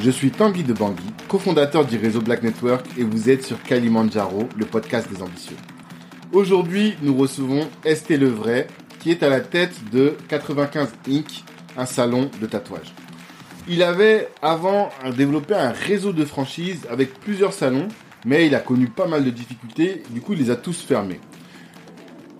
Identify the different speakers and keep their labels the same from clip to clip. Speaker 1: Je suis Tanguy de Bangui, cofondateur du réseau Black Network et vous êtes sur Kalimandjaro, le podcast des ambitieux. Aujourd'hui, nous recevons Esté Levray, qui est à la tête de 95 Inc., un salon de tatouage. Il avait avant développé un réseau de franchises avec plusieurs salons, mais il a connu pas mal de difficultés, du coup il les a tous fermés.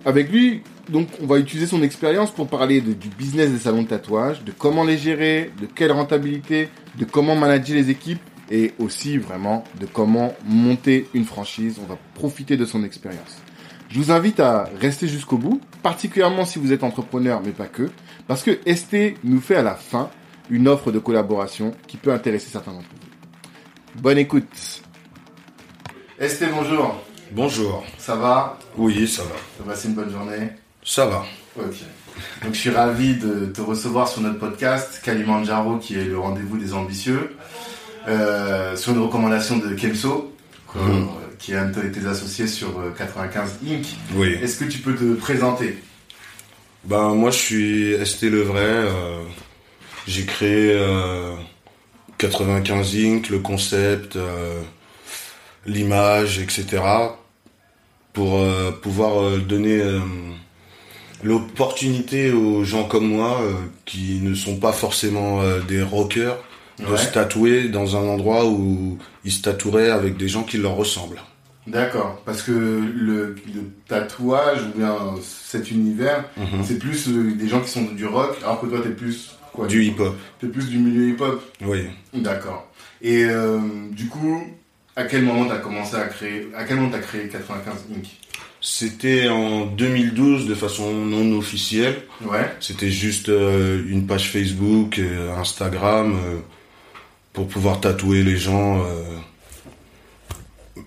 Speaker 1: Avec lui, donc on va utiliser son expérience pour parler de- du business des salons de tatouage, de comment les gérer, de quelle rentabilité, de comment manager les équipes et aussi vraiment de comment monter une franchise. On va profiter de son expérience. Je vous invite à rester jusqu'au bout, particulièrement si vous êtes entrepreneur, mais pas que, parce que ST nous fait à la fin une offre de collaboration qui peut intéresser certains d'entre vous. Bonne écoute. ST, bonjour.
Speaker 2: Bonjour.
Speaker 1: Ça va
Speaker 2: Oui, ça va.
Speaker 1: T'as passé une bonne journée
Speaker 2: Ça va.
Speaker 1: Ok. Donc je suis ravi de te recevoir sur notre podcast Kalimandjaro, qui est le rendez-vous des ambitieux, euh, sur une recommandation de Kemso, que-
Speaker 2: Mhm.
Speaker 1: qui est un de tes associés sur euh, 95 Inc.
Speaker 2: Oui.
Speaker 1: Est-ce que tu peux te présenter
Speaker 2: Ben moi je suis ST Levray. euh, J'ai créé euh, 95 Inc, le concept, euh, l'image, etc. Pour euh, pouvoir euh, donner euh, l'opportunité aux gens comme moi euh, qui ne sont pas forcément euh, des rockers de
Speaker 1: Ouais.
Speaker 2: se tatouer dans un endroit où ils se tatoueraient avec des gens qui leur ressemblent.
Speaker 1: D'accord, parce que le, le tatouage ou bien euh, cet univers,
Speaker 2: Mhm.
Speaker 1: c'est plus euh, des gens qui sont du rock, alors que toi t'es plus quoi
Speaker 2: Du hip-hop.
Speaker 1: T'es plus du milieu hip-hop.
Speaker 2: Oui.
Speaker 1: D'accord. Et euh, du coup, à quel moment t'as commencé à créer À quel moment t'as créé 95 Inc.
Speaker 2: C'était en 2012 de façon non officielle.
Speaker 1: Ouais.
Speaker 2: C'était juste euh, une page Facebook, euh, Instagram, euh, pour pouvoir tatouer les gens. euh,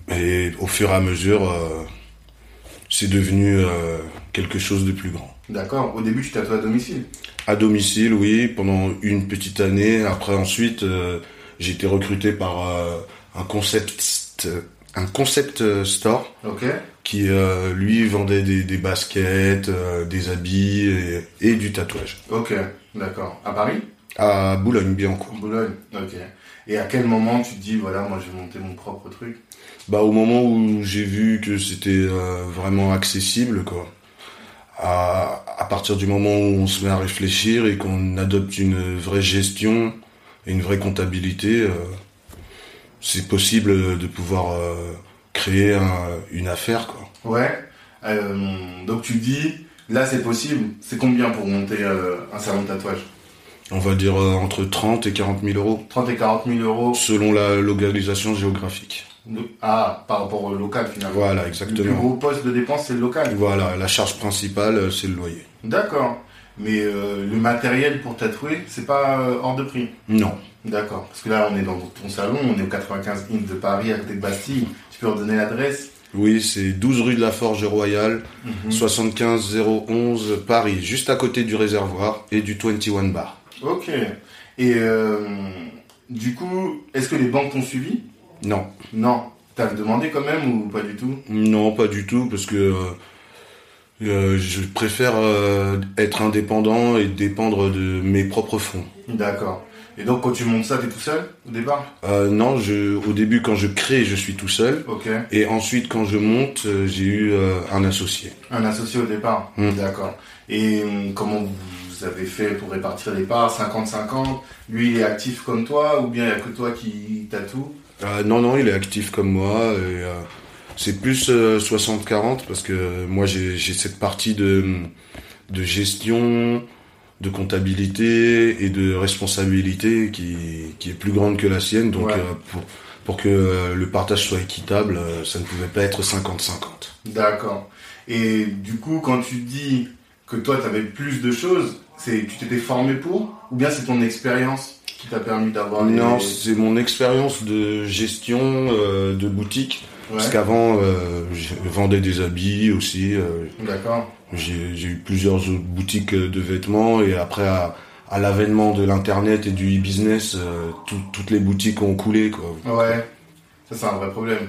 Speaker 2: et au fur et à mesure, euh, c'est devenu euh, quelque chose de plus grand.
Speaker 1: D'accord. Au début, tu tatoues à domicile.
Speaker 2: À domicile, oui, pendant une petite année. Après, ensuite, euh, j'ai été recruté par euh, un concept, un concept store
Speaker 1: Ok.
Speaker 2: qui euh, lui vendait des, des baskets, euh, des habits et, et du tatouage.
Speaker 1: Ok. D'accord. À Paris
Speaker 2: À Boulogne-Billancourt.
Speaker 1: En Boulogne. Ok. Et à quel moment tu te dis, voilà, moi, je vais monter mon propre truc
Speaker 2: Bah au moment où j'ai vu que c'était euh, vraiment accessible quoi. À, à partir du moment où on se met à réfléchir et qu'on adopte une vraie gestion et une vraie comptabilité, euh, c'est possible de pouvoir euh, créer un- une affaire quoi.
Speaker 1: Ouais. Euh, donc, tu te dis, là, c'est possible. C'est combien pour monter euh, un salon de tatouage
Speaker 2: On va dire euh, entre 30 et 40 000 euros
Speaker 1: 30 et 40 000 euros.
Speaker 2: selon la localisation géographique.
Speaker 1: Ah, par rapport au local, finalement.
Speaker 2: Voilà,
Speaker 1: Le plus
Speaker 2: exactement.
Speaker 1: gros poste de dépense, c'est le local.
Speaker 2: Voilà, la charge principale, euh, c'est le loyer.
Speaker 1: D'accord. Mais euh, le matériel pour tatouer, c'est pas euh, hors de prix.
Speaker 2: Non.
Speaker 1: D'accord. Parce que là, on est dans ton salon, on est au 95 Inc de Paris, à côté de Bastille. Tu peux redonner l'adresse
Speaker 2: Oui, c'est 12 rue de la Forge Royale, 75 011 Paris, juste à côté du réservoir et du 21 Bar.
Speaker 1: Ok. Et euh, du coup, est-ce que les banques t'ont suivi
Speaker 2: Non.
Speaker 1: Non. T'as demandé quand même ou pas du tout
Speaker 2: Non, pas du tout, parce que euh, euh, je préfère euh, être indépendant et dépendre de mes propres fonds.
Speaker 1: D'accord. Et donc, quand tu montes ça, t'es tout seul au départ
Speaker 2: Euh, non, je, au début, quand je crée, je suis tout seul.
Speaker 1: Ok.
Speaker 2: Et ensuite, quand je monte, euh, j'ai eu euh, un associé.
Speaker 1: Un associé au départ
Speaker 2: Mm.
Speaker 1: D'accord. Et euh, comment vous avez fait pour répartir les parts 50-50 Lui, il est actif comme toi ou bien il n'y a que toi qui tatoue
Speaker 2: Euh, non, non, il est actif comme moi. et, euh, c'est plus euh, 60-40 parce que euh, moi j'ai j'ai cette partie de, de gestion, de comptabilité et de responsabilité qui, qui est plus grande que la sienne. Donc
Speaker 1: Ouais.
Speaker 2: euh, pour, pour que euh, le partage soit équitable, euh, ça ne pouvait pas être 50-50.
Speaker 1: D'accord. Et du coup, quand tu dis que toi, tu avais plus de choses, c'est tu t'étais formé pour Ou bien c'est ton expérience qui t'a permis d'avoir les-
Speaker 2: Non, c'est mon expérience de gestion euh, de boutique.
Speaker 1: Ouais,
Speaker 2: Parce qu'avant, euh, je vendais des habits aussi. euh,
Speaker 1: D'accord.
Speaker 2: J'ai j'ai eu plusieurs autres boutiques euh, de vêtements et après à, à l'avènement de l'internet et du e-business, euh, tout- toutes les boutiques ont coulé quoi.
Speaker 1: Ouais. Ça, c'est un vrai problème.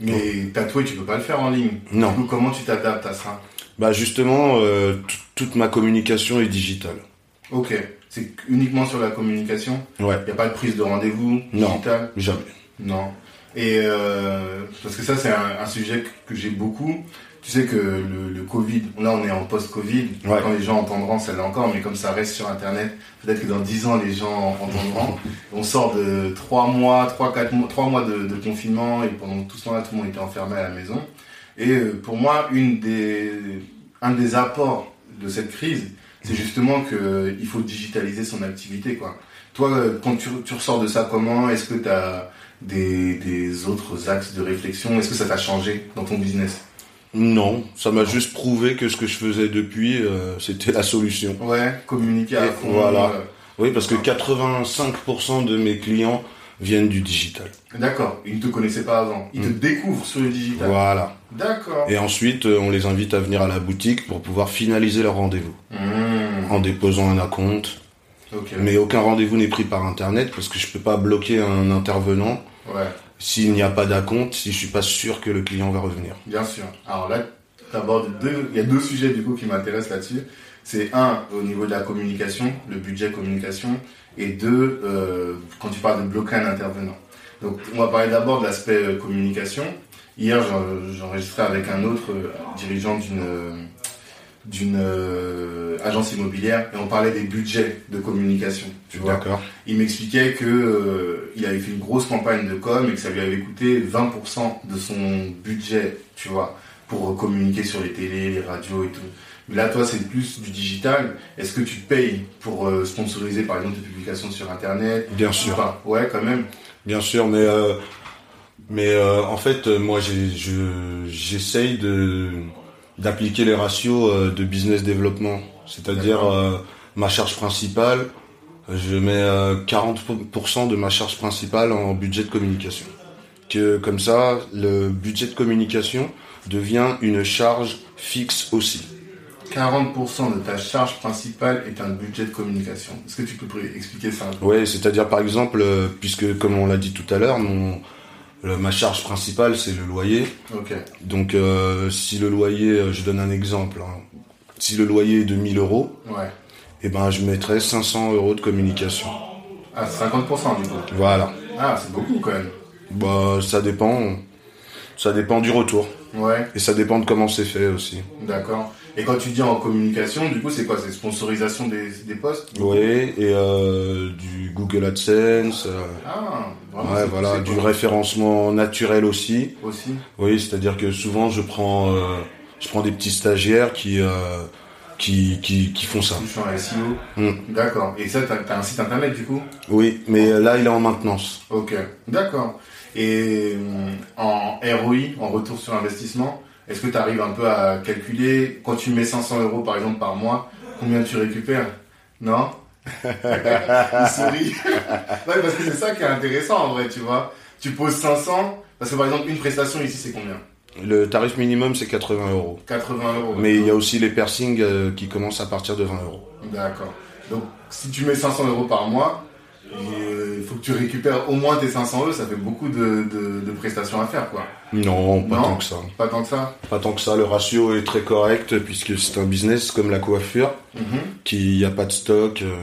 Speaker 1: Mais tatouer, tu peux pas le faire en ligne. Du
Speaker 2: Non.
Speaker 1: coup, comment tu t'adaptes à ça
Speaker 2: Bah justement, euh, tout- toute ma communication est digitale.
Speaker 1: Ok. C'est uniquement sur la communication.
Speaker 2: Ouais.
Speaker 1: Il n'y a pas de prise de rendez-vous
Speaker 2: Non.
Speaker 1: digitale.
Speaker 2: Jamais.
Speaker 1: Non. Et euh, parce que ça, c'est un, un sujet que, que j'ai beaucoup. Tu sais que le, le Covid, là, on est en post-Covid.
Speaker 2: Ouais.
Speaker 1: Quand les gens entendront, ça l'est encore, mais comme ça reste sur Internet, peut-être que dans 10 ans, les gens entendront. on sort de 3 mois, 3, 4 mois, 3 mois de, de confinement, et pendant tout ce temps-là, tout le monde était enfermé à la maison. Et euh, pour moi, une des, un des apports de cette crise, c'est justement que euh, il faut digitaliser son activité, quoi. Toi, euh, quand tu, tu ressors de ça, comment Est-ce que tu as des, des autres axes de réflexion Est-ce que ça t'a changé dans ton business
Speaker 2: Non, ça m'a juste prouvé que ce que je faisais depuis, euh, c'était la solution.
Speaker 1: Ouais, communiquer à
Speaker 2: Et
Speaker 1: fond.
Speaker 2: voilà.
Speaker 1: euh,
Speaker 2: Oui, parce que 85% de mes clients viennent du digital.
Speaker 1: D'accord, ils ne te connaissaient pas avant. Ils te découvrent sur le digital.
Speaker 2: Voilà.
Speaker 1: D'accord.
Speaker 2: Mm. Et ensuite, euh, on les invite à venir à la boutique pour pouvoir finaliser leur rendez-vous
Speaker 1: Mmh,
Speaker 2: en déposant un acompte,
Speaker 1: Ok.
Speaker 2: Mais aucun rendez-vous n'est pris par internet parce que je peux pas bloquer un intervenant
Speaker 1: Ouais,
Speaker 2: s'il n'y a pas d'acompte, si je suis pas sûr que le client va revenir.
Speaker 1: bien sûr. Alors là, t'abordes deux. Il y a deux sujets du coup qui m'intéressent là-dessus. C'est un au niveau de la communication, le budget communication, et deux euh, quand tu parles de bloquer un intervenant. Donc on va parler d'abord de l'aspect euh, communication. Hier, j'en- j'enregistrais avec un autre euh, dirigeant d'une euh, d'une euh, agence immobilière et on parlait des budgets de communication. Tu vois.
Speaker 2: D'accord.
Speaker 1: il m'expliquait que euh, il avait fait une grosse campagne de com et que ça lui avait coûté 20% de son budget, tu vois, pour communiquer sur les télés, les radios et tout. Mais là, toi, c'est plus du digital. Est-ce que tu payes pour euh, sponsoriser, par exemple, des publications sur Internet
Speaker 2: Bien sûr.
Speaker 1: Enfin, ouais, quand même.
Speaker 2: Bien sûr, mais euh, mais euh, en fait, euh, moi, j'ai- je- j'essaye de d'appliquer les ratios euh, de business développement, c'est-à-dire
Speaker 1: D'accord.
Speaker 2: euh, ma charge principale, je mets euh, 40% de ma charge principale en budget de communication. Que comme ça, le budget de communication devient une charge fixe aussi.
Speaker 1: 40% de ta charge principale est un budget de communication. Est-ce que tu peux pré- expliquer ça un peu
Speaker 2: Ouais, c'est-à-dire par exemple, euh, puisque comme on l'a dit tout à l'heure, mon le- ma charge principale c'est le loyer.
Speaker 1: Ok.
Speaker 2: Donc euh, si le loyer, euh, je donne un exemple, hein. si le loyer est de 1000 euros,
Speaker 1: Ouais.
Speaker 2: eh ben je mettrais 500 euros de communication.
Speaker 1: Ah, 50% du coup.
Speaker 2: Voilà.
Speaker 1: Ah, c'est beaucoup quand même.
Speaker 2: Bah ça dépend, ça dépend du retour
Speaker 1: Ouais,
Speaker 2: et ça dépend de comment c'est fait aussi.
Speaker 1: d'accord. Et quand tu dis en communication, du coup, c'est quoi C'est sponsorisation des, des postes
Speaker 2: Oui, et euh, du Google AdSense. euh,
Speaker 1: Ah, vraiment
Speaker 2: ouais,
Speaker 1: c'est-
Speaker 2: voilà,
Speaker 1: c'est
Speaker 2: du
Speaker 1: bon.
Speaker 2: référencement naturel aussi.
Speaker 1: Aussi
Speaker 2: Oui, c'est-à-dire que souvent je prends, euh, je prends des petits stagiaires qui, euh, qui, qui, qui font ça.
Speaker 1: touchant à SEO.
Speaker 2: Hmm.
Speaker 1: E D'accord. Et ça, t'as as un site internet du coup
Speaker 2: Oui, mais euh, là il est en maintenance.
Speaker 1: Ok, d'accord. Et euh, en ROI, en retour sur investissement, est-ce que tu arrives un peu à calculer, quand tu mets 500 euros par exemple par mois, combien tu récupères Non Il sourit. ouais, parce que c'est ça qui est intéressant en vrai, tu vois. Tu poses 500, parce que par exemple, une prestation ici, c'est combien
Speaker 2: Le tarif minimum c'est 80 euros.
Speaker 1: 80 euros.
Speaker 2: Mais il y a aussi les piercings euh, qui commencent à partir de 20 euros.
Speaker 1: D'accord. Donc, si tu mets 500 euros par mois, euh, il faut que tu récupères au moins tes 500 euros, ça fait beaucoup de, de- de prestations à faire, quoi.
Speaker 2: Non, pas
Speaker 1: Non.
Speaker 2: tant que ça.
Speaker 1: Pas tant que ça
Speaker 2: Pas tant que ça. Le ratio est très correct puisque c'est un business comme la coiffure,
Speaker 1: Mhm.
Speaker 2: qui n'y a pas de stock, euh,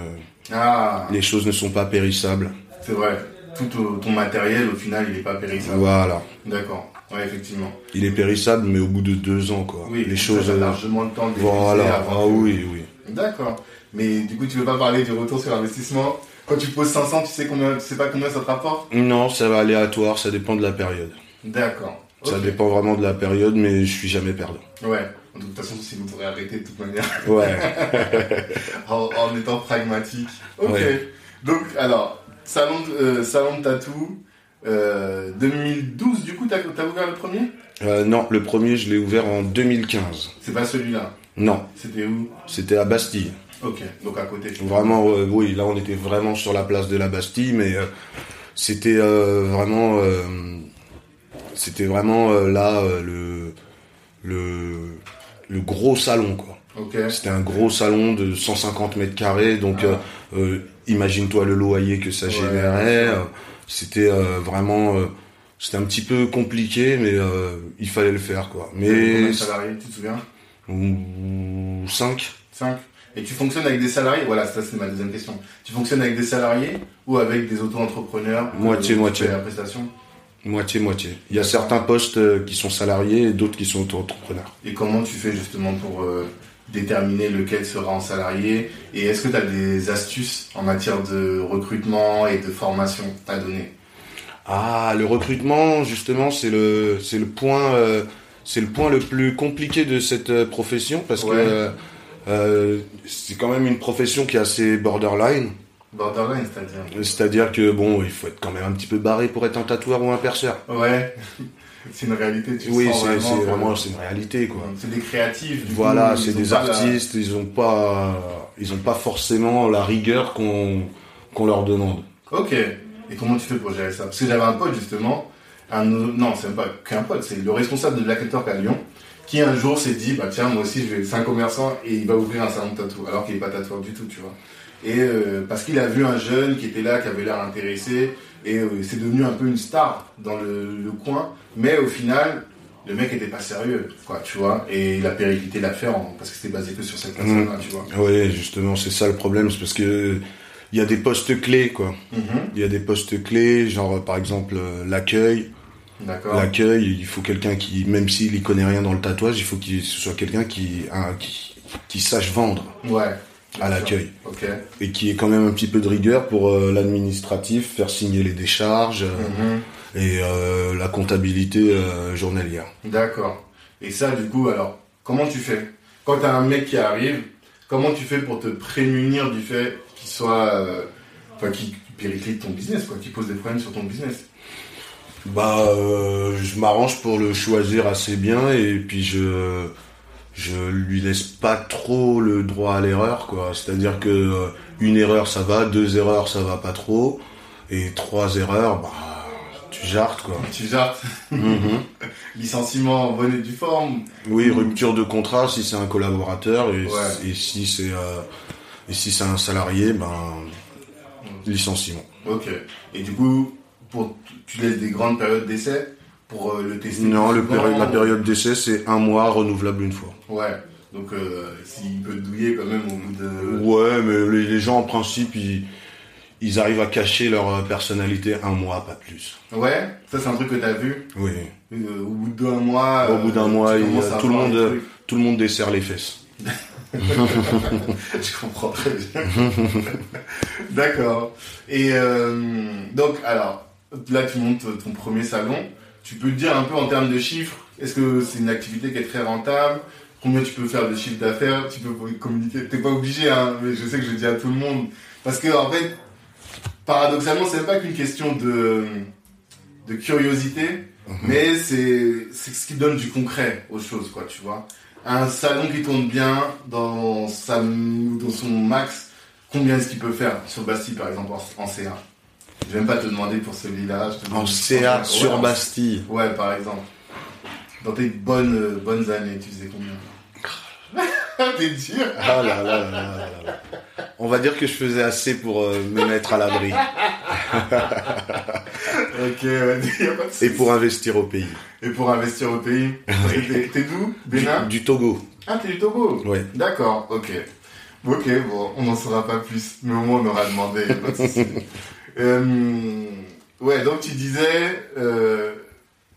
Speaker 1: Ah,
Speaker 2: les choses ne sont pas périssables.
Speaker 1: c'est vrai. Tout ton- ton matériel, au final, il n'est pas périssable.
Speaker 2: Voilà.
Speaker 1: D'accord. Ouais, effectivement.
Speaker 2: Il est périssable mais au bout de deux ans quoi.
Speaker 1: Oui,
Speaker 2: les
Speaker 1: ça,
Speaker 2: choses.
Speaker 1: t'as
Speaker 2: euh,
Speaker 1: largement le temps de les utiliser
Speaker 2: Voilà.
Speaker 1: avant
Speaker 2: Ah
Speaker 1: que-
Speaker 2: oui, oui.
Speaker 1: D'accord. Mais du coup, tu veux pas parler du retour sur investissement Quand tu poses 500, tu sais combien, tu sais pas combien ça te rapporte
Speaker 2: Non, ça va aléatoire, ça dépend de la période.
Speaker 1: D'accord.
Speaker 2: Ça
Speaker 1: Ok.
Speaker 2: dépend vraiment de la période, mais je suis jamais perdant.
Speaker 1: Ouais. De toute façon, si vous pourrez arrêter de toute manière.
Speaker 2: Ouais.
Speaker 1: en, Oh, en étant pragmatique. Ok.
Speaker 2: Ouais.
Speaker 1: Donc, alors, salon de, euh, salon de tatou, euh, 2012, du coup, t'as t'as ouvert le premier
Speaker 2: Euh, non, le premier, je l'ai ouvert en 2015.
Speaker 1: C'est pas celui-là.
Speaker 2: Non,
Speaker 1: C'était où
Speaker 2: c'était à Bastille.
Speaker 1: Ok, donc à côté.
Speaker 2: Vraiment, euh, oui, là on était vraiment sur la place de la Bastille, mais euh, c'était euh, vraiment, euh, c'était vraiment euh, là euh, le, le le gros salon quoi.
Speaker 1: Ok.
Speaker 2: C'était un gros salon de 150 mètres carrés, donc
Speaker 1: Ah.
Speaker 2: euh, euh, imagine-toi le loyer que ça
Speaker 1: Ouais.
Speaker 2: générait. euh, C'était euh, vraiment, euh, c'était un petit peu compliqué, mais euh, il fallait le faire quoi.
Speaker 1: Combien de
Speaker 2: Mais
Speaker 1: salariés, tu te souviens
Speaker 2: 5
Speaker 1: 5 Et tu fonctionnes avec des salariés Voilà, ça c'est ma deuxième question. Tu fonctionnes avec des salariés ou avec des auto-entrepreneurs euh,
Speaker 2: Moitié,
Speaker 1: qui
Speaker 2: moitié.
Speaker 1: font La prestation
Speaker 2: Moitié, moitié. Il y a certains postes euh, qui sont salariés et d'autres qui sont auto-entrepreneurs.
Speaker 1: Et comment tu fais justement pour euh, déterminer lequel sera en salarié Et est-ce que tu as des astuces en matière de recrutement et de formation à donner
Speaker 2: Ah, le recrutement, justement, c'est le, c'est le point, euh, c'est le point le plus compliqué de cette euh, profession parce
Speaker 1: Ouais.
Speaker 2: que euh, euh, c'est quand même une profession qui est assez borderline.
Speaker 1: Borderline, c'est-à-dire
Speaker 2: C'est-à-dire que bon, il faut être quand même un petit peu barré pour être un tatoueur ou un perceur.
Speaker 1: Ouais, c'est une réalité, tu le
Speaker 2: oui,
Speaker 1: sens
Speaker 2: c'est
Speaker 1: vraiment.
Speaker 2: c'est
Speaker 1: que-
Speaker 2: vraiment Mmh, c'est une réalité quoi.
Speaker 1: C'est des créatifs. du
Speaker 2: Voilà,
Speaker 1: coup,
Speaker 2: c'est
Speaker 1: ils ont
Speaker 2: des
Speaker 1: pas la-
Speaker 2: artistes, ils ont pas, ils ont pas forcément la rigueur qu'on qu'on leur demande.
Speaker 1: Ok. Et comment tu fais pour gérer ça Parce que j'avais un pote justement, un non, c'est même pas qu'un pote, c'est le responsable de Black Network à Lyon, qui un jour s'est dit, bah tiens, moi aussi, je vais c'est un commerçant et il va ouvrir un salon de tatou, alors qu'il est pas tatoueur du tout, tu vois. Et euh, parce qu'il a vu un jeune qui était là, qui avait l'air intéressé, et euh, c'est devenu un peu une star dans le, le coin. Mais au final, le mec était pas sérieux, quoi, tu vois. Et il a périclité l'affaire en- parce que c'était basé que sur cette personne-là, tu vois.
Speaker 2: Ouais, justement, c'est ça le problème, c'est parce que il y a des postes clés quoi.
Speaker 1: Mhm.
Speaker 2: Il y a des postes clés, genre euh, par exemple euh, l'accueil.
Speaker 1: D'accord.
Speaker 2: L'accueil, il faut quelqu'un qui, même s'il y connaît rien dans le tatouage, il faut qu'il ce soit quelqu'un qui, un- qui qui sache vendre
Speaker 1: Ouais.
Speaker 2: à l'accueil.
Speaker 1: Ok.
Speaker 2: et qui est quand même un petit peu de rigueur pour euh, l'administratif, faire signer les décharges euh,
Speaker 1: Mhm.
Speaker 2: et euh, la comptabilité euh, journalière.
Speaker 1: D'accord. Et ça, du coup, alors, comment tu fais Quand t'as un mec qui arrive, comment tu fais pour te prémunir du fait qu'il soit. euh, Enfin, qu'il périclite ton business, quoi, qu'il pose des problèmes sur ton business
Speaker 2: Bah, euh, je m'arrange pour le choisir assez bien et puis je je lui laisse pas trop le droit à l'erreur quoi. C'est-à-dire que euh, une erreur ça va, deux erreurs ça va pas trop et trois erreurs bah tu jartes quoi.
Speaker 1: Tu jartes,
Speaker 2: Mhm.
Speaker 1: licenciement en bonne et due forme.
Speaker 2: Oui, rupture de contrat si c'est un collaborateur et,
Speaker 1: Ouais.
Speaker 2: et si c'est euh, et si c'est un salarié, ben licenciement.
Speaker 1: Ok. Et du coup, pour, tu laisses des grandes périodes d'essai pour euh, le tester
Speaker 2: Non,
Speaker 1: plus
Speaker 2: le
Speaker 1: souvent.
Speaker 2: péri- la période d'essai c'est un mois renouvelable une fois.
Speaker 1: Ouais. Donc, euh, s'il peut te douiller quand même au bout de.
Speaker 2: Ouais, mais les, les gens en principe ils, ils arrivent à cacher leur euh, personnalité un mois, pas plus.
Speaker 1: Ouais, ça, c'est un truc que t'as vu.
Speaker 2: Oui,
Speaker 1: Euh, au bout d'un mois. euh,
Speaker 2: Au bout d'un
Speaker 1: tu
Speaker 2: mois, il y a
Speaker 1: commences à
Speaker 2: tout le
Speaker 1: voir
Speaker 2: monde,
Speaker 1: des
Speaker 2: euh,
Speaker 1: trucs.
Speaker 2: tout le monde dessert les fesses.
Speaker 1: Je comprends très bien. D'accord. Et euh, donc, alors, là, tu montes ton premier salon. Tu peux te dire un peu en termes de chiffres, est-ce que c'est une activité qui est très rentable Combien tu peux faire de chiffre d'affaires Tu peux communiquer. T'es pas obligé, hein, mais je sais que je le dis à tout le monde. Parce que, en fait, paradoxalement, c'est pas qu'une question de, de curiosité,
Speaker 2: Mhm.
Speaker 1: mais c'est c'est ce qui donne du concret aux choses, quoi, tu vois un salon qui tourne bien dans, sa, dans son max, combien est-ce qu'il peut faire sur Bastille par exemple en, en CA Je vais même pas te demander pour celui-là. je te
Speaker 2: En
Speaker 1: demande-
Speaker 2: CA
Speaker 1: Ouais,
Speaker 2: sur
Speaker 1: en-
Speaker 2: Bastille.
Speaker 1: Ouais, par exemple. Dans tes bonnes, euh, bonnes années, tu faisais combien T'es dur
Speaker 2: Ah là là là là là là. On va dire que je faisais assez pour euh, me mettre à l'abri
Speaker 1: Ok, ouais, y a pas de souci.
Speaker 2: et pour investir au pays.
Speaker 1: Et pour investir au pays Parce que t'es- T'es d'où Bénin
Speaker 2: du, du Togo.
Speaker 1: Ah, t'es du Togo
Speaker 2: Ouais.
Speaker 1: D'accord, ok. Ok, bon, on n'en saura pas plus, mais au moins on aura demandé, y a pas de souci. Euh, ouais, donc tu disais euh,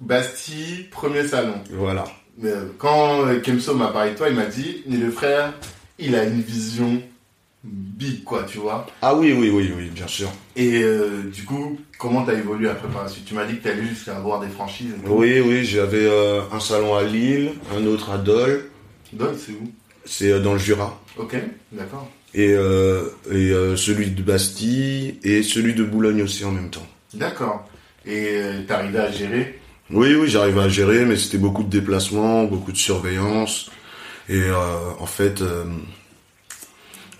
Speaker 1: Bastille, premier salon.
Speaker 2: Voilà.
Speaker 1: Mais, euh, quand euh, Kemso m'a parlé de toi, il m'a dit Mais le frère, il a une vision big, quoi, tu vois.
Speaker 2: Ah oui, oui, oui, oui, bien sûr.
Speaker 1: Et euh, du coup, comment t'as évolué après par la suite Tu m'as dit que t'allais jusqu'à avoir des franchises. et tout.
Speaker 2: Oui, oui, j'avais euh, un salon à Lille, un autre à Dole,
Speaker 1: Dol, c'est où
Speaker 2: c'est euh, dans le Jura,
Speaker 1: Ok, d'accord.
Speaker 2: et, euh, et euh, celui de Bastille et celui de Boulogne aussi en même temps.
Speaker 1: D'accord. Et euh, t'es arrivé à gérer
Speaker 2: Oui, oui, j'arrivais à gérer, mais c'était beaucoup de déplacements, beaucoup de surveillance, et euh, en fait, euh,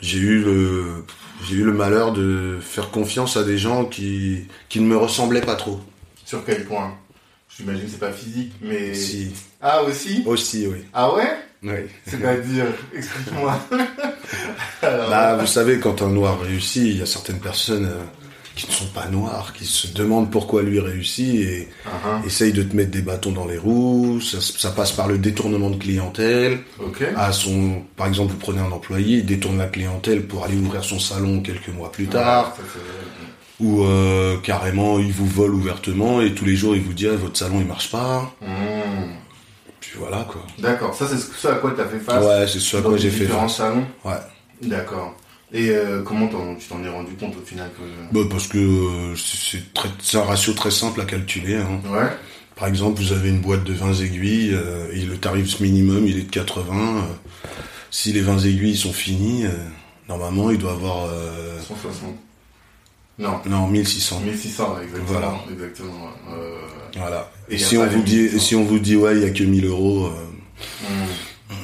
Speaker 2: j'ai eu le j'ai eu le malheur de faire confiance à des gens qui qui ne me ressemblaient pas trop.
Speaker 1: Sur quel point J'imagine que c'est pas physique, mais.
Speaker 2: Si,
Speaker 1: Ah, aussi
Speaker 2: aussi, oui.
Speaker 1: Ah ouais
Speaker 2: oui.
Speaker 1: C'est-à-dire, explique-moi. Alors,
Speaker 2: Bah, vous savez, quand un noir réussit, il y a certaines personnes euh, qui ne sont pas noirs, qui se demandent pourquoi lui réussit et
Speaker 1: Ah,
Speaker 2: essayent de te mettre des bâtons dans les roues. Ça, ça passe par le détournement de clientèle.
Speaker 1: ah. Ok.
Speaker 2: À son, par exemple, vous prenez un employé, il détourne la clientèle pour aller ouvrir son salon quelques mois plus tard.
Speaker 1: Ça, c'est-
Speaker 2: Ou euh, carrément, il vous vole ouvertement et tous les jours, il vous dit ah, votre salon il marche pas.
Speaker 1: Hmm.
Speaker 2: Puis voilà quoi.
Speaker 1: D'accord. Ça, c'est ce ce à quoi tu as fait face.
Speaker 2: Ouais, c'est ce à
Speaker 1: dans
Speaker 2: quoi
Speaker 1: tes
Speaker 2: j'ai fait
Speaker 1: différents
Speaker 2: face.
Speaker 1: salons.
Speaker 2: Ouais.
Speaker 1: D'accord. Et euh, comment t'en- tu t'en es rendu compte au final que...
Speaker 2: Bah, parce que euh, c'est c'est très- c'est un ratio très simple à calculer. hein.
Speaker 1: Ouais.
Speaker 2: Par exemple, vous avez une boîte de 20 aiguilles euh, et le tarif minimum il est de 80. euh, si les 20 aiguilles sont finies, euh, normalement il doit avoir euh,
Speaker 1: 160. Non.
Speaker 2: non 1600.
Speaker 1: 1600, exactement.
Speaker 2: Voilà.
Speaker 1: Exactement. ouais. Euh,
Speaker 2: Voilà.
Speaker 1: Et
Speaker 2: Et
Speaker 1: y a
Speaker 2: si
Speaker 1: pas
Speaker 2: on
Speaker 1: les
Speaker 2: vous dit
Speaker 1: 1600.
Speaker 2: si on vous dit ouais il y a que 1000 euros, euh,
Speaker 1: hmm,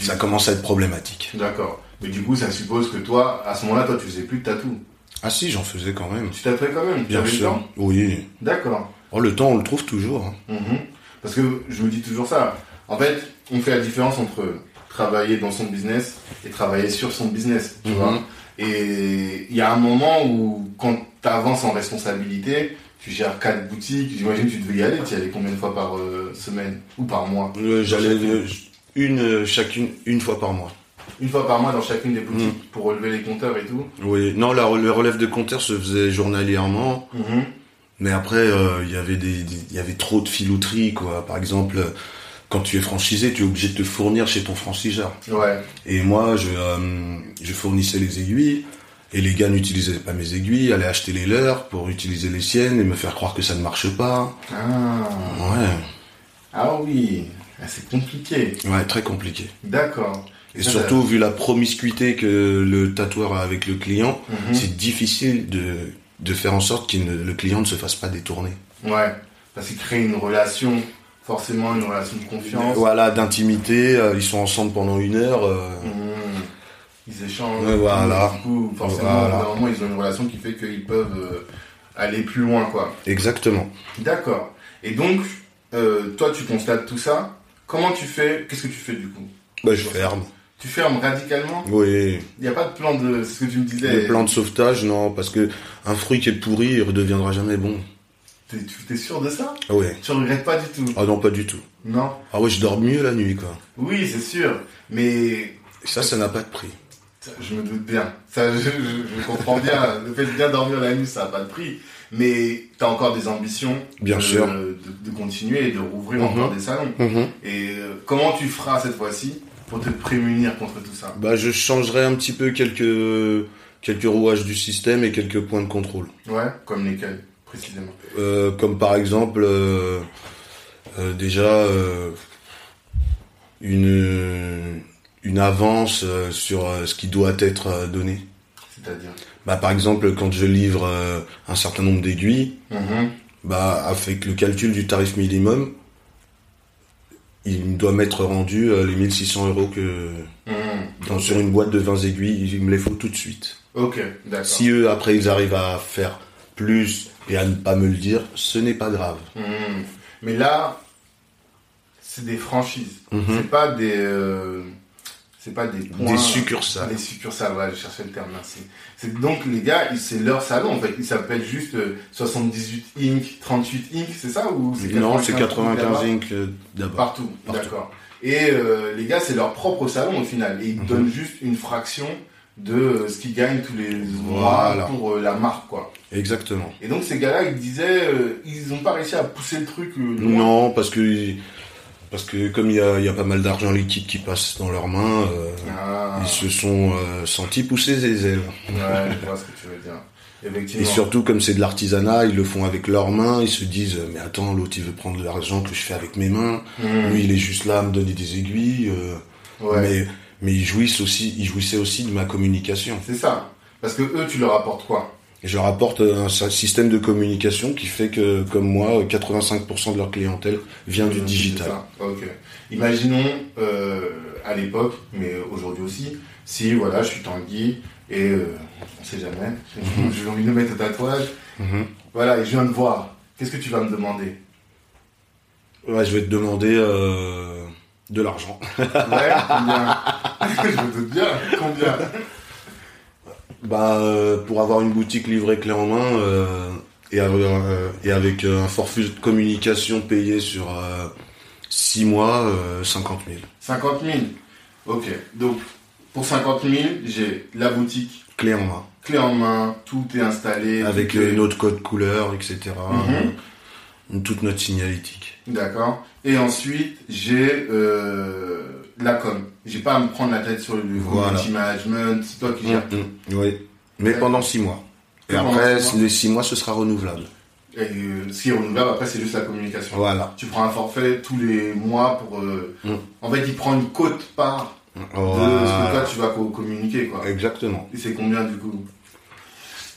Speaker 2: ça commence à être problématique.
Speaker 1: D'accord. Mais du coup, ça suppose que toi, à ce moment-là, toi, tu faisais plus de tatou.
Speaker 2: Ah si j'en faisais quand même.
Speaker 1: Tu t'appelais quand même. tu avais le temps
Speaker 2: Oui.
Speaker 1: D'accord.
Speaker 2: Oh le temps on le trouve toujours. hein.
Speaker 1: Mhm. Parce que je me dis toujours ça. En fait, on fait la différence entre travailler dans son business et travailler sur son business, tu
Speaker 2: Mhm.
Speaker 1: vois. Et il y a un moment où, quand tu avances en responsabilité, tu gères quatre boutiques, j'imagine que tu devais y aller, tu y allais combien de fois par euh, semaine ou par mois
Speaker 2: Euh, J'allais euh, une euh, chacune une fois par mois.
Speaker 1: Une fois par mois dans chacune des boutiques pour relever les compteurs et tout.
Speaker 2: Oui, non, la, le relève de compteur se faisait journalièrement,
Speaker 1: Mhm.
Speaker 2: mais après euh, il y avait des, des- il y avait trop de filouterie quoi. Par exemple, euh, quand tu es franchisé, tu es obligé de te fournir chez ton franchiseur.
Speaker 1: Ouais,
Speaker 2: Et moi, je euh, je fournissais les aiguilles et les gars n'utilisaient pas mes aiguilles, allaient acheter les leurs pour utiliser les siennes et me faire croire que ça ne marche pas.
Speaker 1: ah,
Speaker 2: Ouais,
Speaker 1: Ah oui, Ah, c'est compliqué.
Speaker 2: ouais, très compliqué.
Speaker 1: D'accord.
Speaker 2: Et
Speaker 1: Ça,
Speaker 2: surtout vu la promiscuité que le tatoueur a avec le client,
Speaker 1: Mhm.
Speaker 2: c'est difficile de de faire en sorte que le client ne se fasse pas détourner.
Speaker 1: Ouais, parce qu'il crée une relation, forcément une relation de confiance.
Speaker 2: Voilà, d'intimité, euh, ils sont ensemble pendant une heure. euh,
Speaker 1: Mmh. Ils échangent.
Speaker 2: Ouais, voilà.
Speaker 1: Du coup, forcément,
Speaker 2: Voilà.
Speaker 1: au bout d'un moment, ils ont une relation qui fait qu'ils peuvent euh, aller plus loin, quoi.
Speaker 2: Exactement.
Speaker 1: D'accord. Et donc, euh, toi, tu constates tout ça. Comment tu fais Qu'est-ce que tu fais du coup
Speaker 2: Bah, je ferme.
Speaker 1: Tu fermes radicalement
Speaker 2: Oui.
Speaker 1: Il n'y a pas de plan de c'est ce que tu me disais.
Speaker 2: Le plan de sauvetage, non, parce que un fruit qui est pourri, il redeviendra jamais bon.
Speaker 1: T'es, tu- t'es sûr de ça
Speaker 2: Ah ouais.
Speaker 1: Tu regrettes pas du tout
Speaker 2: Ah non, pas du tout.
Speaker 1: Non.
Speaker 2: Ah ouais, je dors mieux la nuit, quoi.
Speaker 1: Oui, c'est sûr. Mais
Speaker 2: Et ça, ça n'a pas de prix.
Speaker 1: Ça, Je me doute bien. Ça, je, je- je comprends bien. Le fait de bien dormir la nuit, ça n'a pas de prix. Mais tu as encore des ambitions.
Speaker 2: Bien
Speaker 1: de,
Speaker 2: sûr.
Speaker 1: De, de continuer et de rouvrir
Speaker 2: Mhm.
Speaker 1: encore des salons. Et euh, comment tu feras cette fois-ci pour te prémunir contre tout ça
Speaker 2: Bah, je changerai un petit peu quelques quelques rouages du système et quelques points de contrôle.
Speaker 1: Ouais, comme lesquels, précisément.
Speaker 2: Euh, comme par exemple, euh, euh, déjà euh, une une avance euh, sur euh, ce qui doit être euh, donné.
Speaker 1: C'est-à-dire.
Speaker 2: Bah, par exemple, quand je livre euh, un certain nombre d'aiguilles,
Speaker 1: Mhm.
Speaker 2: bah, avec le calcul du tarif minimum, il me doit m'être rendu euh, les 1600 euros que
Speaker 1: Mhm.
Speaker 2: dans, sur une boîte de 20 aiguilles, il me les faut tout de suite.
Speaker 1: Ok, d'accord.
Speaker 2: Si eux, après, ils arrivent à faire plus et à ne pas me le dire, ce n'est pas grave.
Speaker 1: Mhm. Mais là, c'est des franchises.
Speaker 2: Mhm.
Speaker 1: C'est pas des. euh, c'est pas des points.
Speaker 2: Des succursales.
Speaker 1: Les succursales, voilà, je cherchais le terme, merci. C'est donc les gars, ils- c'est leur salon en fait. Ils s'appellent juste euh, 78 Inc, 38 Inc, c'est ça ou
Speaker 2: Non, c'est
Speaker 1: 95
Speaker 2: 95 Inc. euh, d'abord.
Speaker 1: Partout,
Speaker 2: Partout.
Speaker 1: d'accord. Et euh, les gars, c'est leur propre salon au final. Et ils
Speaker 2: Mhm.
Speaker 1: donnent juste une fraction de euh, ce qu'ils gagnent tous les mois
Speaker 2: Voilà.
Speaker 1: pour euh, la marque quoi.
Speaker 2: Exactement.
Speaker 1: Et donc ces gars-là, ils disaient, euh, ils n'ont pas réussi à pousser le truc euh, loin.
Speaker 2: Non, parce que, parce que comme il y a, il y a pas mal d'argent liquide qui passe dans leurs mains, euh,
Speaker 1: Ah,
Speaker 2: ils se sont euh, sentis pousser des ailes.
Speaker 1: ouais, je vois ce que tu veux dire. Effectivement.
Speaker 2: Et surtout, comme c'est de l'artisanat, ils le font avec leurs mains, ils se disent, mais attends, l'autre il veut prendre de l'argent que je fais avec mes mains,
Speaker 1: Mhm.
Speaker 2: lui il est juste là à me donner des aiguilles, euh,
Speaker 1: Ouais.
Speaker 2: mais, mais ils jouissent aussi, ils jouissaient aussi de ma communication.
Speaker 1: C'est ça. Parce que eux, tu leur apportes quoi
Speaker 2: Et je leur apporte un, sy- système de communication qui fait que, comme moi, 85% de leur clientèle vient du
Speaker 1: Euh,
Speaker 2: digital.
Speaker 1: c'est ça. Ok. Imaginons euh, à l'époque, mais aujourd'hui aussi, si voilà, je suis Tanguy et euh, on sait jamais, j'ai envie de me mettre un tatouage,
Speaker 2: Mhm.
Speaker 1: voilà, et je viens de voir. Qu'est-ce que tu vas me demander
Speaker 2: Ouais, je vais te demander euh, de l'argent.
Speaker 1: Ouais, combien Je me doute bien, combien
Speaker 2: Bah, euh, pour avoir une boutique livrée clé en main euh, et, av- euh, et avec euh, un forfait de communication payé sur 6 mois, euh, 50 000.
Speaker 1: 50 000. Ok. Donc, pour 50 000, j'ai la boutique,
Speaker 2: Clé en main.
Speaker 1: clé en main, tout est installé.
Speaker 2: Avec
Speaker 1: tout
Speaker 2: euh,
Speaker 1: est-
Speaker 2: notre code couleur, etc.
Speaker 1: Mhm.
Speaker 2: Euh, toute notre signalétique.
Speaker 1: D'accord. Et ensuite, j'ai euh, la com. J'ai pas à me prendre la tête sur le
Speaker 2: Voilà.
Speaker 1: community management, c'est toi qui gères.
Speaker 2: Mhm. Oui. Mais
Speaker 1: Mm, Ouais.
Speaker 2: pendant 6 mois. Et
Speaker 1: Et pendant
Speaker 2: après,
Speaker 1: six mois.
Speaker 2: les 6 mois, ce sera renouvelable.
Speaker 1: Et euh, ce qui est renouvelable, après, c'est juste la communication.
Speaker 2: Voilà.
Speaker 1: Tu prends un forfait tous les mois pour... euh,
Speaker 2: Mm.
Speaker 1: En fait, il prend une cote part de ce que
Speaker 2: Voilà.
Speaker 1: toi, tu vas co- communiquer, quoi.
Speaker 2: Exactement.
Speaker 1: Et c'est combien, du coup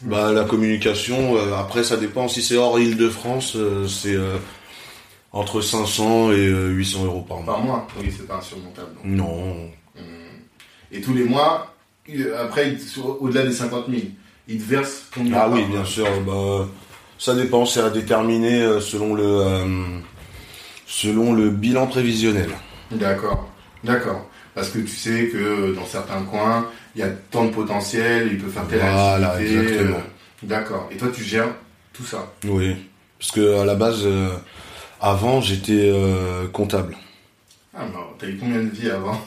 Speaker 2: Bah, la communication, euh, après, ça dépend. Si c'est hors Île-de-France, euh, c'est euh, entre 500 et euh, 800 euros par mois.
Speaker 1: Par mois Oui, c'est pas insurmontable. non.
Speaker 2: Non.
Speaker 1: Mm. Et tous les mois, il- après, il- sur- au-delà des 50 000, il te verse combien
Speaker 2: Ah
Speaker 1: par
Speaker 2: oui,
Speaker 1: mois
Speaker 2: bien sûr. Bah, ça dépend, c'est à déterminer euh, selon le euh, selon le bilan prévisionnel.
Speaker 1: D'accord, d'accord. Parce que tu sais que dans certains coins, il y a tant de potentiel, il peut faire telle
Speaker 2: Voilà,
Speaker 1: activité.
Speaker 2: exactement.
Speaker 1: euh, D'accord. Et toi, tu gères tout ça.
Speaker 2: Oui, parce que à la base, euh, avant, j'étais euh, comptable.
Speaker 1: Ah, mais alors, t'as eu combien de vies avant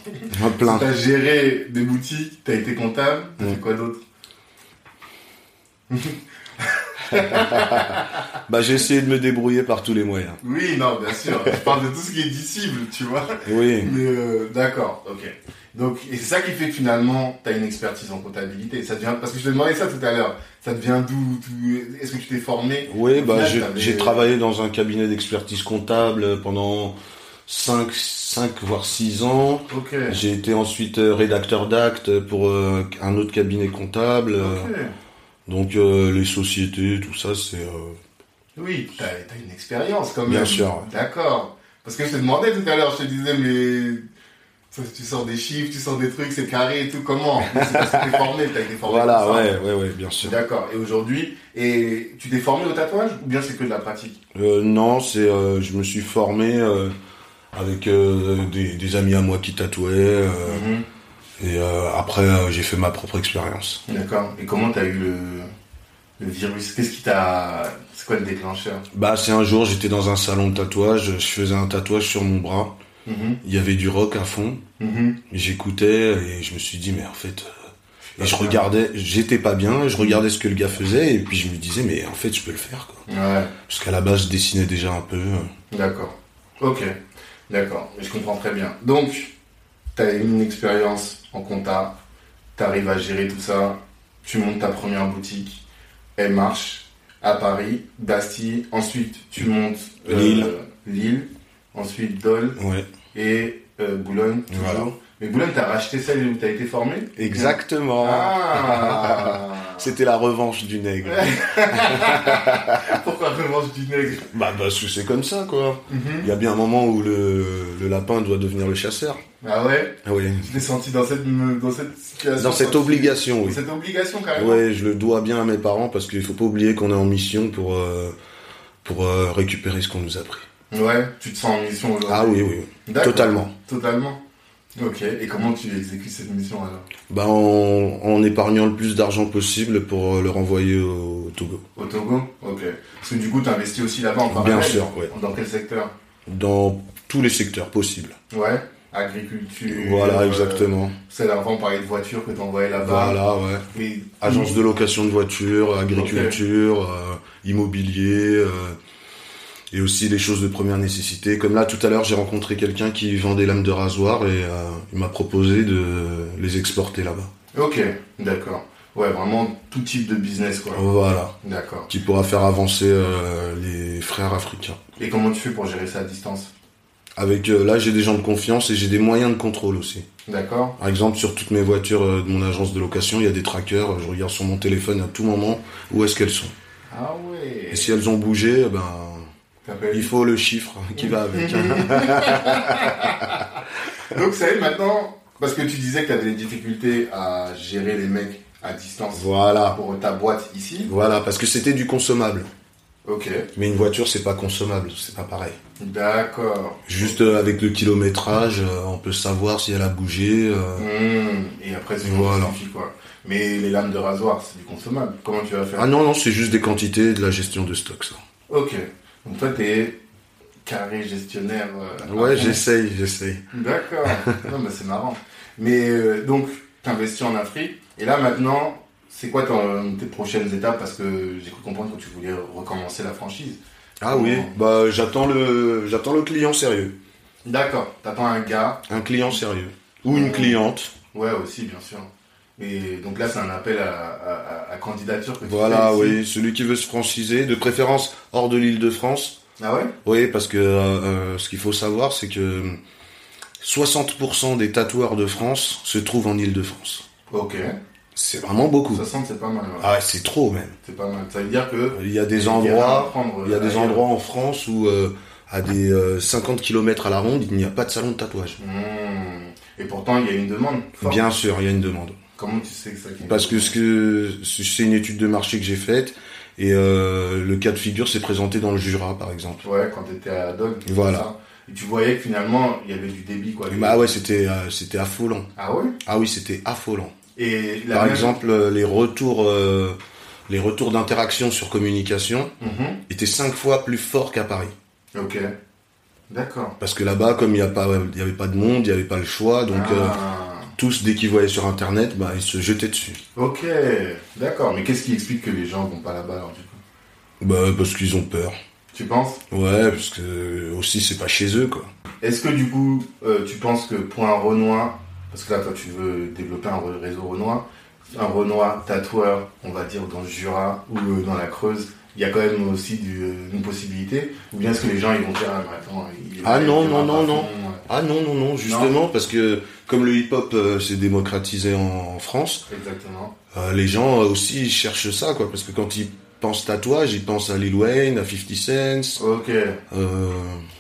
Speaker 2: Un plein.
Speaker 1: T'as géré des boutiques, t'as été comptable, t'as
Speaker 2: Mm.
Speaker 1: fait quoi d'autre
Speaker 2: Bah, j'ai essayé de me débrouiller par tous les moyens.
Speaker 1: Oui, non, bien sûr. Je parle de tout ce qui est disciple, tu vois.
Speaker 2: Oui,
Speaker 1: Mais euh, d'accord, ok. Donc, et c'est ça qui fait que finalement, tu as une expertise en comptabilité. Ça devient, parce que je te demandais ça tout à l'heure. Ça devient d'où d'où- Est-ce que tu t'es formé
Speaker 2: oui. Bah, j'ai-
Speaker 1: T'avais-
Speaker 2: j'ai travaillé dans un cabinet d'expertise comptable pendant 5, 5 voire 6 ans.
Speaker 1: Ok.
Speaker 2: J'ai été ensuite euh, rédacteur d'actes pour euh, un autre cabinet comptable. euh,
Speaker 1: Ok.
Speaker 2: Donc euh, les sociétés, tout ça, c'est euh,
Speaker 1: Oui, t'as as une expérience quand même.
Speaker 2: Bien sûr, ouais.
Speaker 1: D'accord. Parce que je te demandais tout à l'heure, je te disais, mais ça, tu sors des chiffres, tu sors des trucs, c'est carré et tout, comment Mais C'est parce que t'es formé, t'as été formé.
Speaker 2: voilà,
Speaker 1: pour ça.
Speaker 2: ouais, ouais, ouais, bien sûr.
Speaker 1: D'accord. Et aujourd'hui, et tu t'es formé au tatouage ou bien c'est que de la pratique
Speaker 2: Euh, non, c'est, euh, je me suis formé euh, avec euh, des, des amis à moi qui tatouaient euh,
Speaker 1: Mhm.
Speaker 2: et euh, après euh, j'ai fait ma propre expérience.
Speaker 1: D'accord. Et comment t'as eu le, le virus Qu'est-ce qui t'a. C'est quoi le déclencheur
Speaker 2: Bah, c'est un jour j'étais dans un salon de tatouage, je faisais un tatouage sur mon bras,
Speaker 1: Mhm,
Speaker 2: il y avait du rock à fond,
Speaker 1: mhm.
Speaker 2: j'écoutais et je me suis dit mais en fait. euh, et je regardais, j'étais pas bien, je regardais ce que le gars faisait et puis je me disais mais en fait je peux le faire quoi.
Speaker 1: Ouais,
Speaker 2: Parce qu'à la base je dessinais déjà un peu. euh,
Speaker 1: d'accord. Ok, d'accord. Je comprends très bien. Donc, t'as une expérience en compta, t'arrives à gérer tout ça, tu montes ta première boutique, elle marche, à Paris, Bastille, ensuite tu montes euh,
Speaker 2: Lille.
Speaker 1: Lille, ensuite Dole
Speaker 2: Ouais.
Speaker 1: et euh, Boulogne, toujours.
Speaker 2: Voilà.
Speaker 1: Mais Boulogne, t'as racheté celle où t'as été formé
Speaker 2: Exactement.
Speaker 1: Ah
Speaker 2: C'était la revanche du nègre.
Speaker 1: Pourquoi revanche du nègre Mhm.
Speaker 2: Bah parce que c'est comme ça quoi. Il y a bien un moment où le, le lapin doit devenir le chasseur.
Speaker 1: Ah ouais
Speaker 2: Ah oui.
Speaker 1: Tu t'es senti dans cette, dans cette situation
Speaker 2: Dans cette obligation,
Speaker 1: Dans
Speaker 2: oui.
Speaker 1: cette obligation, carrément
Speaker 2: Ouais, je le dois bien à mes parents parce qu'il faut pas oublier qu'on est en mission pour euh, pour euh, récupérer ce qu'on nous a pris.
Speaker 1: Ouais, tu te sens en mission aujourd'hui
Speaker 2: Ah oui oui,
Speaker 1: D'accord.
Speaker 2: totalement.
Speaker 1: Totalement. Ok, et comment tu exécutes cette mission alors
Speaker 2: Bah en, en épargnant le plus d'argent possible pour euh, le renvoyer au Togo.
Speaker 1: Au Togo Ok. Parce que du coup, t'investis aussi là-bas en parallèle
Speaker 2: Bien sûr, ouais.
Speaker 1: Dans quel secteur
Speaker 2: Dans tous les secteurs possibles.
Speaker 1: Ouais Agriculture.
Speaker 2: Voilà,
Speaker 1: euh,
Speaker 2: exactement.
Speaker 1: C'est là, avant, on parlait de voitures que t'envoyais là-bas.
Speaker 2: Voilà, ouais.
Speaker 1: Mais-
Speaker 2: Agence de location de voitures, agriculture, euh, immobilier, euh, et aussi des choses de première nécessité. Comme là, tout à l'heure, j'ai rencontré quelqu'un qui vend des lames de rasoir et euh, il m'a proposé de les exporter là-bas.
Speaker 1: Ok, d'accord. Ouais, vraiment tout type de business, quoi.
Speaker 2: Voilà,
Speaker 1: D'accord.
Speaker 2: qui pourra faire avancer euh, les frères africains.
Speaker 1: Et comment tu fais pour gérer ça à distance
Speaker 2: Avec euh, là, j'ai des gens de confiance et j'ai des moyens de contrôle aussi.
Speaker 1: D'accord
Speaker 2: Par exemple, sur toutes mes voitures euh, de mon agence de location, il y a des trackers. Je regarde sur mon téléphone à tout moment où est-ce qu'elles sont.
Speaker 1: Ah ouais
Speaker 2: Et si elles ont bougé, eh ben
Speaker 1: T'appelles-
Speaker 2: il faut le chiffre qui va avec. hein.
Speaker 1: Donc ça y est, maintenant, parce que tu disais que tu avais des difficultés à gérer les mecs à distance
Speaker 2: Voilà.
Speaker 1: pour ta boîte ici.
Speaker 2: Voilà, parce que c'était du consommable.
Speaker 1: Ok,
Speaker 2: Mais une voiture, c'est pas consommable, c'est pas pareil.
Speaker 1: d'accord.
Speaker 2: Juste euh, avec le kilométrage, euh, on peut savoir si elle a bougé. euh,
Speaker 1: Hmm, Et après, c'est
Speaker 2: Voilà.
Speaker 1: voilà. quoi. Mais les lames de rasoir, c'est du consommable. Comment tu vas faire
Speaker 2: Ah non, non, c'est juste des quantités et de la gestion de stock, ça.
Speaker 1: Ok. Donc toi, t'es carré gestionnaire. euh, à
Speaker 2: Ouais,
Speaker 1: fond.
Speaker 2: j'essaye, j'essaye.
Speaker 1: D'accord. non, mais c'est marrant. Mais euh, donc, t'investis en Afrique. Et là, maintenant, c'est quoi ton- tes prochaines étapes Parce que j'ai cru comprendre que tu voulais recommencer la franchise.
Speaker 2: Ah oui, bah j'attends le, j'attends le client sérieux.
Speaker 1: D'accord. T'attends un gars.
Speaker 2: Un client sérieux. Ou une cliente.
Speaker 1: Ouais, aussi, bien sûr. Et donc là, c'est un appel à, à- à- à candidature que tu
Speaker 2: Voilà,
Speaker 1: fais ici.
Speaker 2: oui, celui qui veut se franciser, de préférence hors de l'île de France.
Speaker 1: Ah ouais
Speaker 2: Oui, parce que euh, euh, ce qu'il faut savoir, c'est que 60% des tatoueurs de France se trouvent en Île-de-France.
Speaker 1: Ok.
Speaker 2: C'est vraiment beaucoup.
Speaker 1: 60, c'est pas mal. ouais.
Speaker 2: Ah, c'est trop même.
Speaker 1: C'est pas mal. Ça veut dire que.
Speaker 2: Euh, Il y a des
Speaker 1: Il y a rien à
Speaker 2: endroits,
Speaker 1: prendre,
Speaker 2: il y a
Speaker 1: euh,
Speaker 2: des
Speaker 1: ailleurs.
Speaker 2: endroits en France où euh, à des euh, 50 km à la ronde, il n'y a pas de salon de tatouage.
Speaker 1: Mmh. Et pourtant, il y a une demande. forte.
Speaker 2: Bien sûr, il y a une demande.
Speaker 1: Comment tu sais que ça
Speaker 2: Parce que ce que c'est une étude de marché que j'ai faite et euh, le cas de figure s'est présenté dans le Jura, par exemple.
Speaker 1: Ouais, quand t'étais à la Dog. c'est
Speaker 2: Voilà.
Speaker 1: ça. Et tu voyais que finalement, il y avait du débit, quoi.
Speaker 2: Bah ouais, c'était euh, c'était affolant.
Speaker 1: Ah ouais
Speaker 2: Ah oui, c'était affolant.
Speaker 1: Et la
Speaker 2: Par
Speaker 1: même-
Speaker 2: exemple, euh, les retours, euh, les retours d'interaction sur communication
Speaker 1: Mhm.
Speaker 2: étaient cinq fois plus forts qu'à Paris.
Speaker 1: Ok. D'accord.
Speaker 2: Parce que là-bas, comme il n'y a pas, il y avait pas de monde, il n'y avait pas le choix, donc euh,
Speaker 1: Ah.
Speaker 2: tous dès qu'ils voyaient sur Internet, bah, ils se jetaient dessus.
Speaker 1: Ok. D'accord. Mais qu'est-ce qui explique que les gens vont pas là-bas, alors, du coup
Speaker 2: Bah, parce qu'ils ont peur.
Speaker 1: Tu penses
Speaker 2: Ouais, parce que euh, aussi c'est pas chez eux quoi.
Speaker 1: Est-ce que, du coup, euh, tu penses que pour un Renoir, parce que là, toi, tu veux développer un re- réseau Renoir, un Renoir tatoueur, on va dire, dans le Jura ou euh, dans la Creuse, il y a quand même aussi du- euh, une possibilité Ou bien est-ce que les gens, ils vont dire, ah, mais attends, il-
Speaker 2: Ah, non,
Speaker 1: il y aura
Speaker 2: non,
Speaker 1: pas
Speaker 2: non,
Speaker 1: fond, ouais.
Speaker 2: Ah non non non, justement parce que comme le hip-hop euh, s'est démocratisé en, en France,
Speaker 1: Exactement.
Speaker 2: euh, les gens euh, aussi ils cherchent ça quoi, parce que quand ils pensent tatouage, ils pensent à Lil Wayne, à 50 Cent.
Speaker 1: Ok.
Speaker 2: Euh...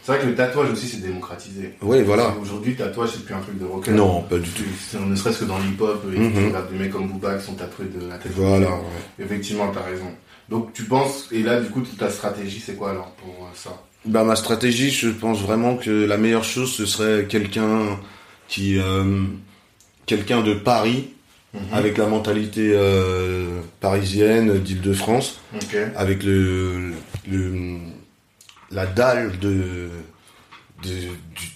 Speaker 1: C'est vrai que le tatouage aussi c'est démocratisé.
Speaker 2: Ouais voilà.
Speaker 1: Aujourd'hui, le tatouage c'est plus un truc de rocker.
Speaker 2: Non, pas du tout.
Speaker 1: C'est- Ne serait-ce que dans l'hip-hop, et
Speaker 2: Mhm.
Speaker 1: tu regardes des mecs comme Booba qui sont tatoués de la tête.
Speaker 2: Voilà. ouais.
Speaker 1: Effectivement, t'as raison. Donc tu penses, et là du coup ta stratégie c'est quoi alors pour euh, ça
Speaker 2: Bah ma stratégie, je pense vraiment que la meilleure chose ce serait quelqu'un qui euh, quelqu'un de Paris
Speaker 1: Mhm.
Speaker 2: avec la mentalité euh, parisienne d'Île-de-France
Speaker 1: Ok.
Speaker 2: avec le, le- la dalle de, de-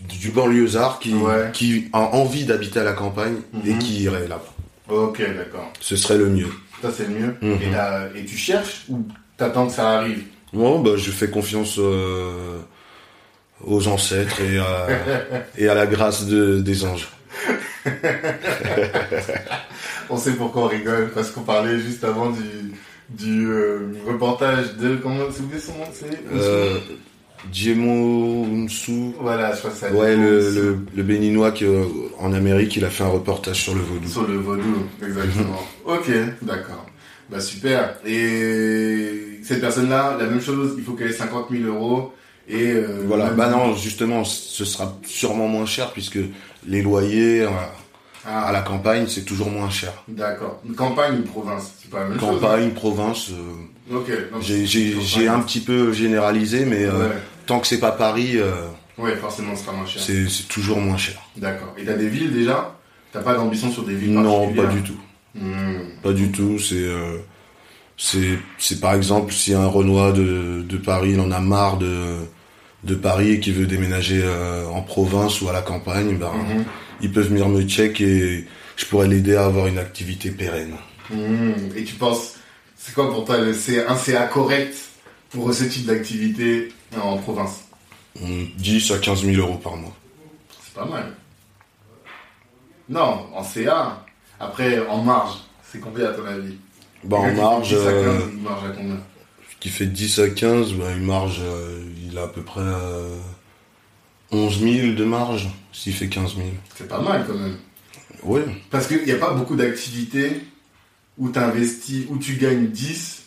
Speaker 2: du, du banlieusard qui
Speaker 1: Ouais.
Speaker 2: qui a envie d'habiter à la campagne et
Speaker 1: Mhm.
Speaker 2: qui irait là-bas.
Speaker 1: Ok, d'accord.
Speaker 2: Ce serait le mieux.
Speaker 1: Ça c'est le mieux.
Speaker 2: Mhm.
Speaker 1: et, là, et tu cherches ou t'attends que ça arrive
Speaker 2: Bon, bah, je fais confiance euh, aux ancêtres et à, et à la grâce de, des anges.
Speaker 1: On sait pourquoi on rigole, parce qu'on parlait juste avant du, du euh, reportage de... Comment c'est oublié son nom c'est
Speaker 2: Euh, Diemo Nsu,
Speaker 1: Voilà, je crois que ça
Speaker 2: ouais, le, le, le béninois qui, euh, en Amérique, il a fait un reportage sur le Mhm. vaudou.
Speaker 1: Sur le vaudou, exactement. ok, d'accord. Bah super. Et cette personne-là, la même chose, il faut qu'elle ait 50 000 euros. Et euh,
Speaker 2: Voilà,
Speaker 1: même-
Speaker 2: bah non, justement, ce sera sûrement moins cher puisque les loyers euh,
Speaker 1: Ah,
Speaker 2: à la campagne, c'est toujours moins cher.
Speaker 1: d'accord. Une campagne, une province, c'est Ah, pas la même chose.
Speaker 2: Campagne, province, euh,
Speaker 1: Ok. donc,
Speaker 2: j'ai- j'ai
Speaker 1: campagne.
Speaker 2: j'ai un petit peu généralisé, mais euh,
Speaker 1: Ouais.
Speaker 2: tant que c'est pas Paris, euh,
Speaker 1: Ouais, forcément, ce sera moins cher.
Speaker 2: c'est c'est toujours moins cher.
Speaker 1: D'accord. Et t'as des villes déjà T'as pas d'ambition sur des villes Hmm.
Speaker 2: Non, pas du
Speaker 1: tout.
Speaker 2: tout. Pas du tout. C'est euh, c'est c'est par exemple si un Renoir de de Paris, il en a marre de de Paris et qui veut déménager euh, en province ou à la campagne, ben
Speaker 1: Mhm. Hmm.
Speaker 2: ils peuvent venir me check et je pourrais l'aider à avoir une activité pérenne.
Speaker 1: Mmh. Et tu penses, c'est quoi pour toi le C- un CA correct pour ce type d'activité en province
Speaker 2: Hmm, 10 à 15 000 euros par mois.
Speaker 1: C'est pas mal. Non, en CA. Après, en marge, c'est combien à ton avis
Speaker 2: Bah en
Speaker 1: Quelqu'un qui
Speaker 2: marge,
Speaker 1: dit ça,
Speaker 2: euh,
Speaker 1: quinze, une marge à combien
Speaker 2: ce qui fait 10 à 15, bah, une marge, euh, il a à peu près euh, 11 000 de marge, s'il fait 15 000.
Speaker 1: C'est pas mal quand même.
Speaker 2: Ouais.
Speaker 1: Parce qu'il n'y a pas beaucoup d'activités où tu investis, où tu gagnes 10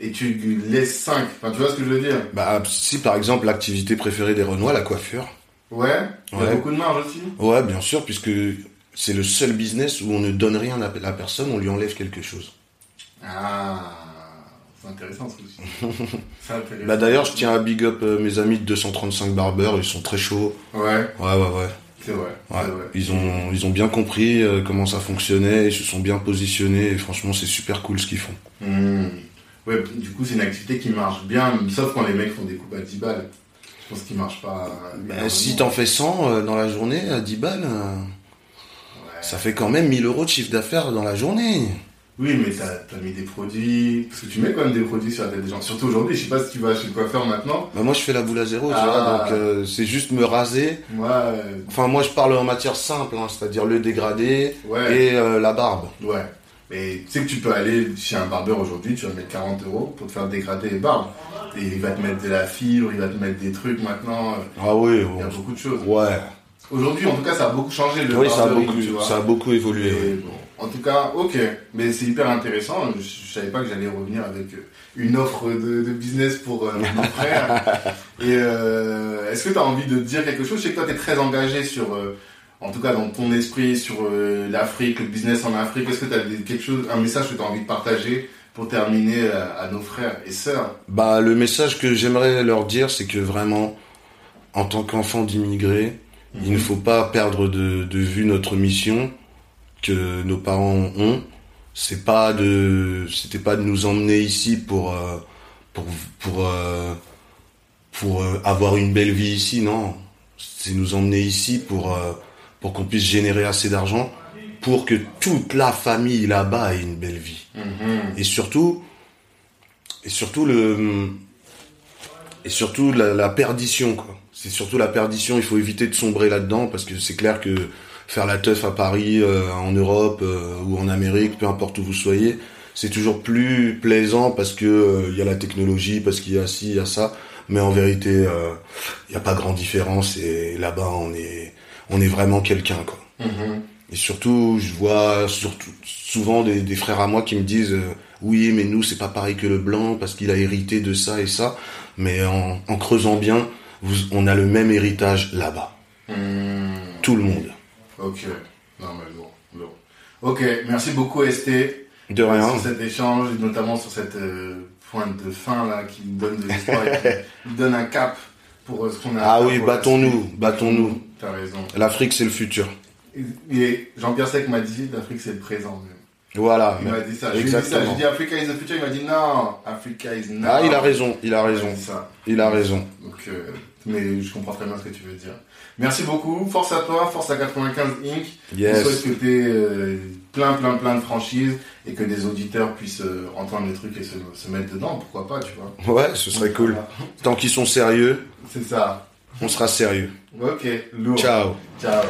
Speaker 1: et tu laisses 5. Enfin, tu vois ce que je veux dire
Speaker 2: Bah, si par exemple l'activité préférée des Renois, la coiffure.
Speaker 1: Ouais Il y a
Speaker 2: Ouais.
Speaker 1: beaucoup de marge aussi
Speaker 2: Ouais, bien sûr, puisque c'est le seul business où on ne donne rien à la personne, on lui enlève quelque chose.
Speaker 1: Ah, c'est intéressant ce que tu dis. C'est intéressant.
Speaker 2: Bah d'ailleurs, je tiens à big up euh, mes amis de 235 Barber, ils sont très chauds.
Speaker 1: Ouais,
Speaker 2: Ouais, ouais, ouais.
Speaker 1: C'est vrai. c'est
Speaker 2: Ouais,
Speaker 1: vrai.
Speaker 2: Ils ont ils ont bien compris euh, comment ça fonctionnait, ils se sont bien positionnés et franchement c'est super cool ce qu'ils font.
Speaker 1: Hmm. Ouais, du coup, c'est une activité qui marche bien, sauf quand les mecs font des coupes à 10 balles. Je pense qu'ils marchent pas. euh,
Speaker 2: Bah, si
Speaker 1: énormément.
Speaker 2: t'en fais 100 euh, dans la journée à 10 balles, euh,
Speaker 1: Ouais.
Speaker 2: ça fait quand même 1000 euros de chiffre d'affaires dans la journée.
Speaker 1: Oui, mais t'as t'as mis des produits. Parce que tu mets quand même des produits sur la tête des gens. Surtout aujourd'hui, je sais pas si tu vas chez le coiffeur maintenant.
Speaker 2: Bah, moi je fais la boule à zéro, tu
Speaker 1: Ah.
Speaker 2: vois, donc euh, c'est juste me raser.
Speaker 1: Moi, euh,
Speaker 2: Enfin moi je parle en matière simple, hein, c'est-à-dire le dégradé
Speaker 1: ouais.
Speaker 2: et euh, la barbe.
Speaker 1: Ouais. Mais tu sais que tu peux aller chez un barbeur aujourd'hui, tu vas mettre 40 euros pour te faire dégrader les barbes. Et il va te mettre de la fibre, il va te mettre des trucs maintenant. euh,
Speaker 2: Ah oui,
Speaker 1: Il y a beaucoup de choses.
Speaker 2: ouais.
Speaker 1: Aujourd'hui, en tout cas, ça a beaucoup changé le
Speaker 2: Oui, ça a
Speaker 1: barberie,
Speaker 2: beaucoup,
Speaker 1: tu vois.
Speaker 2: ça a beaucoup évolué. ouais.
Speaker 1: Et Euh, bon, en tout cas, ok. Mais c'est hyper intéressant. Je, je savais pas que j'allais revenir avec euh, une offre de, de business pour euh, mon frère. Et euh, est-ce que tu as envie de dire quelque chose Je sais que toi, tu es très engagé sur, euh, en tout cas dans ton esprit, sur euh, l'Afrique, le business en Afrique. Est-ce que tu as quelque chose, un message que tu as envie de partager pour terminer euh, à nos frères et sœurs
Speaker 2: Bah, le message que j'aimerais leur dire, c'est que vraiment, en tant qu'enfant d'immigrés, il ne faut pas perdre de, de vue notre mission que nos parents ont. C'est pas de, c'était pas de nous emmener ici pour euh, pour pour euh, pour euh, avoir une belle vie ici, non. C'est nous emmener ici pour euh, pour qu'on puisse générer assez d'argent pour que toute la famille là-bas ait une belle vie.
Speaker 1: Mhm.
Speaker 2: Et surtout, et surtout le, et surtout la, la perdition quoi. C'est surtout la perdition. Il faut éviter de sombrer là-dedans parce que c'est clair que faire la teuf à Paris, euh, en Europe euh, ou en Amérique, peu importe où vous soyez, c'est toujours plus plaisant parce que euh, il y a la technologie, parce qu'il y a ci, il y a ça. Mais en vérité, euh, il n'y a pas grande différence et là-bas on est, on est vraiment quelqu'un quoi.
Speaker 1: Mhm.
Speaker 2: Et surtout, je vois surtout, souvent des, des frères à moi qui me disent euh, oui, mais nous c'est pas pareil que le blanc parce qu'il a hérité de ça et ça. Mais en, en creusant bien, vous- on a le même héritage là-bas,
Speaker 1: Mhm.
Speaker 2: tout le monde.
Speaker 1: Ok. Non mais bon, bon. Ok, merci beaucoup ST.
Speaker 2: De rien.
Speaker 1: Sur cet échange, et notamment sur cette euh, pointe de fin là, qui nous donne de l'espoir et qui nous donne un cap pour euh, ce qu'on a. à
Speaker 2: Ah
Speaker 1: faire
Speaker 2: oui,
Speaker 1: pour la
Speaker 2: battons-nous,
Speaker 1: suite.
Speaker 2: battons-nous.
Speaker 1: T'as raison.
Speaker 2: L'Afrique c'est le futur.
Speaker 1: Et- Et Jean-Pierre Sec m'a dit l'Afrique c'est le présent. même.
Speaker 2: Voilà.
Speaker 1: Il m'a dit ça. Je lui ai dit ça.
Speaker 2: Ah, Exactement.
Speaker 1: J'ai dit Africa is the future. Il m'a dit non, Africa is now.
Speaker 2: Ah, il a raison, il a
Speaker 1: Il m'a
Speaker 2: raison,
Speaker 1: dit ça.
Speaker 2: il a raison.
Speaker 1: Donc, euh, mais je comprends très bien ce que tu veux dire. Merci beaucoup. Force à toi, force à 95 Inc. On souhaite
Speaker 2: Yes.
Speaker 1: que tu plein, plein, plein de franchises et que des auditeurs puissent euh, entendre les trucs et se, se mettre dedans. Pourquoi pas, tu vois
Speaker 2: Ouais, ce serait cool.
Speaker 1: Voilà.
Speaker 2: Tant qu'ils sont sérieux,
Speaker 1: C'est ça.
Speaker 2: on sera sérieux.
Speaker 1: Ok, lourd.
Speaker 2: Ciao.
Speaker 1: Ciao.